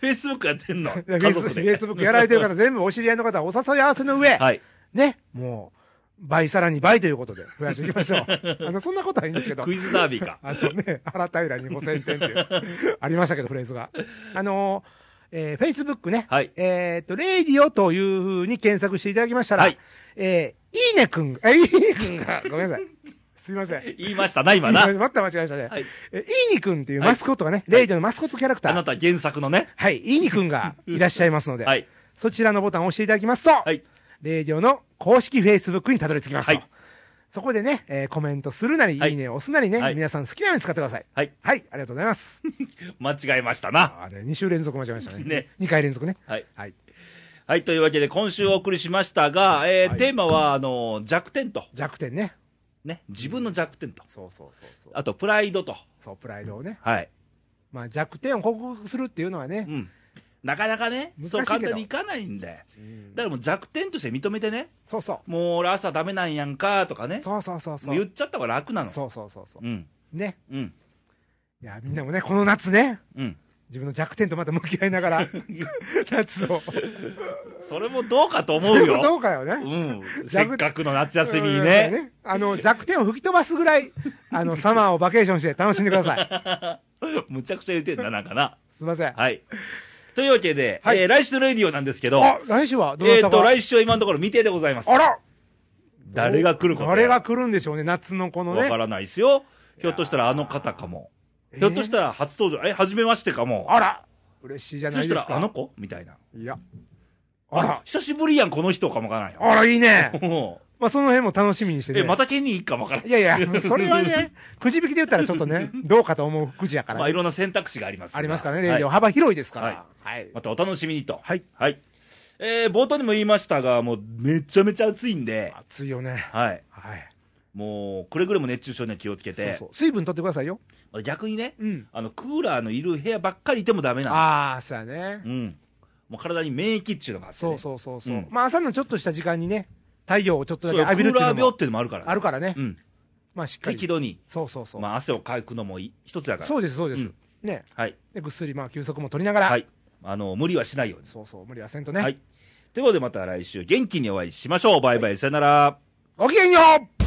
S1: フェイスブックやってんの。
S2: フェイ
S1: 家
S2: ス
S1: 族で。
S2: フェイスブックやられてる方、全部お知り合いの方、お誘い合わせの上、
S1: はい。
S2: ね、もう、倍さらに倍ということで、増やしていきましょ う。あの、そんなことはいいんですけど
S1: ク。イズダービーか。
S2: あのね、 原平に5000点っていう、ありましたけど、フレーズが。あのー、えー、Facebook ね、
S1: はい
S2: えーっと、レディオというふうに検索していただきましたら、
S1: はい
S2: えー、いいねくん、え、いいねくん が、ごめんなさい。すいません。
S1: 言いましたな、今 な。
S2: また間違えましたね。
S1: はい
S2: え、いいにくんっていうマスコットがね、レイディオのマスコットキャラクタ
S1: あ
S2: ー
S1: な、た原作のね。
S2: はい、いいにく んがいらっしゃいますので、
S1: はい
S2: そちらのボタンを押していただきますと、
S1: はい。
S2: レイディオの公式 Facebook にたどり着きますと。
S1: はい
S2: そこでね、えーコメントするなり、
S1: はい
S2: いいねを押すなりね、
S1: はい
S2: 皆さん好きなように使ってください。
S1: はい。
S2: はい、ありがとうございます。
S1: 間違えましたな。
S2: あれ、2週連続間違えましたね。
S1: ね
S2: 2回連続ね。
S1: はい。
S2: はい。
S1: はい、というわけで今週お送りしましたが、えー
S2: はい
S1: テーマは、あの、弱点と。
S2: 弱点ね。
S1: ね。自分の弱点と。
S2: そうそうそうそう。
S1: あと、プライドと。
S2: そう、プライドをね。
S1: はい。
S2: まあ、弱点を克服するっていうのは
S1: う
S2: ね、
S1: ん。なかなかね、
S2: 難しいけど
S1: そう簡単にいかないんで。
S2: うん
S1: だからもう弱点として認めてね。
S2: そうそう。
S1: もう俺朝ダメなんやんかとかね。
S2: そうそうそうそ
S1: もう
S2: う。
S1: 言っちゃった方が楽なの。
S2: そうそうそうそう。
S1: うん。
S2: ね。
S1: うん。
S2: いや、みんなもね、この夏ね、
S1: うん。
S2: 自分の弱点とまた向き合いな がら、夏を。
S1: それもどうかと思う
S2: でもど
S1: よ。
S2: うかよね。
S1: うん。
S2: 弱
S1: せっかくの夏休みに
S2: うん
S1: ね。。
S2: あの、弱点を吹き飛ばすぐらい、あの、サマーをバケーションして楽しんでください。
S1: むちゃくちゃ言ってんだ、なんかな。
S2: すいません。
S1: はい。というわけで、
S2: はい
S1: えー来週のレディオなんですけど、
S2: あ、来週はどうなっ
S1: えっ、
S2: たか
S1: と、来週は今のところ未定でございます。
S2: あら
S1: 誰が来るか
S2: 誰が来るんでしょうね、夏のこの
S1: わ
S2: ね
S1: か。らないですよ。ひょっとしたらあの方かも。
S2: えー
S1: ひょっとしたら初登場、え、初めましてかも。
S2: あら嬉しいじゃ
S1: ひ
S2: な
S1: ょっと
S2: い
S1: し
S2: で
S1: た
S2: す
S1: ら
S2: か。
S1: あの子みたいな。
S2: いや。あら
S1: 久しぶりやん、この人かもわから ないよ。
S2: あら、いいね。
S1: も
S2: まあ、その辺も楽しみにして
S1: う
S2: ね。
S1: え、また県に行くかもわからない
S2: い。やいや、それはね、 くじ引きで言ったらちょっ とね、どうかと思うくじやから。
S1: まあ、いろんな選択肢がありますが。
S2: ありますからね、
S1: は
S2: レイ
S1: い
S2: ディオ幅広いですか
S1: はい
S2: ら。はい。
S1: またお楽しみにと。
S2: はい。
S1: はい。えー、冒頭にも言いましたが、もうめちゃめちゃ暑いんで、
S2: 暑いよね。
S1: はい。
S2: はい。
S1: もう、くれぐれも熱中症には気をつけ
S2: そ
S1: て
S2: う、そう。水分取ってくださいよ。
S1: 逆にね、
S2: うん。
S1: あの、クーラーのいる部屋ばっかりいてもダメな
S2: ああ、そうやね
S1: の。。うん。もう体に免疫っていうのがあって、ね、。
S2: そうそうそうそううんまあ、朝のちょっとした時間にね、太陽をちょっと
S1: そ
S2: だ
S1: う
S2: け
S1: よク
S2: 浴びるって
S1: ー
S2: い
S1: ラ
S2: う
S1: ー
S2: の
S1: 病っ
S2: も
S1: ていうのもあるから、
S2: あるからね
S1: う。ん。
S2: まあ、しっかり
S1: 適。度に、
S2: そうそうそう。
S1: まあ、汗をかくのもい一つだから。
S2: そうです、そうです
S1: うん。
S2: ね。
S1: はい。
S2: で、ぐっすり、まあ、休息も取りなが
S1: は
S2: ら。
S1: い。あの、無理はしないように。
S2: そうそう、無理はせんと
S1: は
S2: ね。
S1: い。ということでまた来週元気にお会いしましょう。バイバイ、さよなら。
S2: ごきげんよう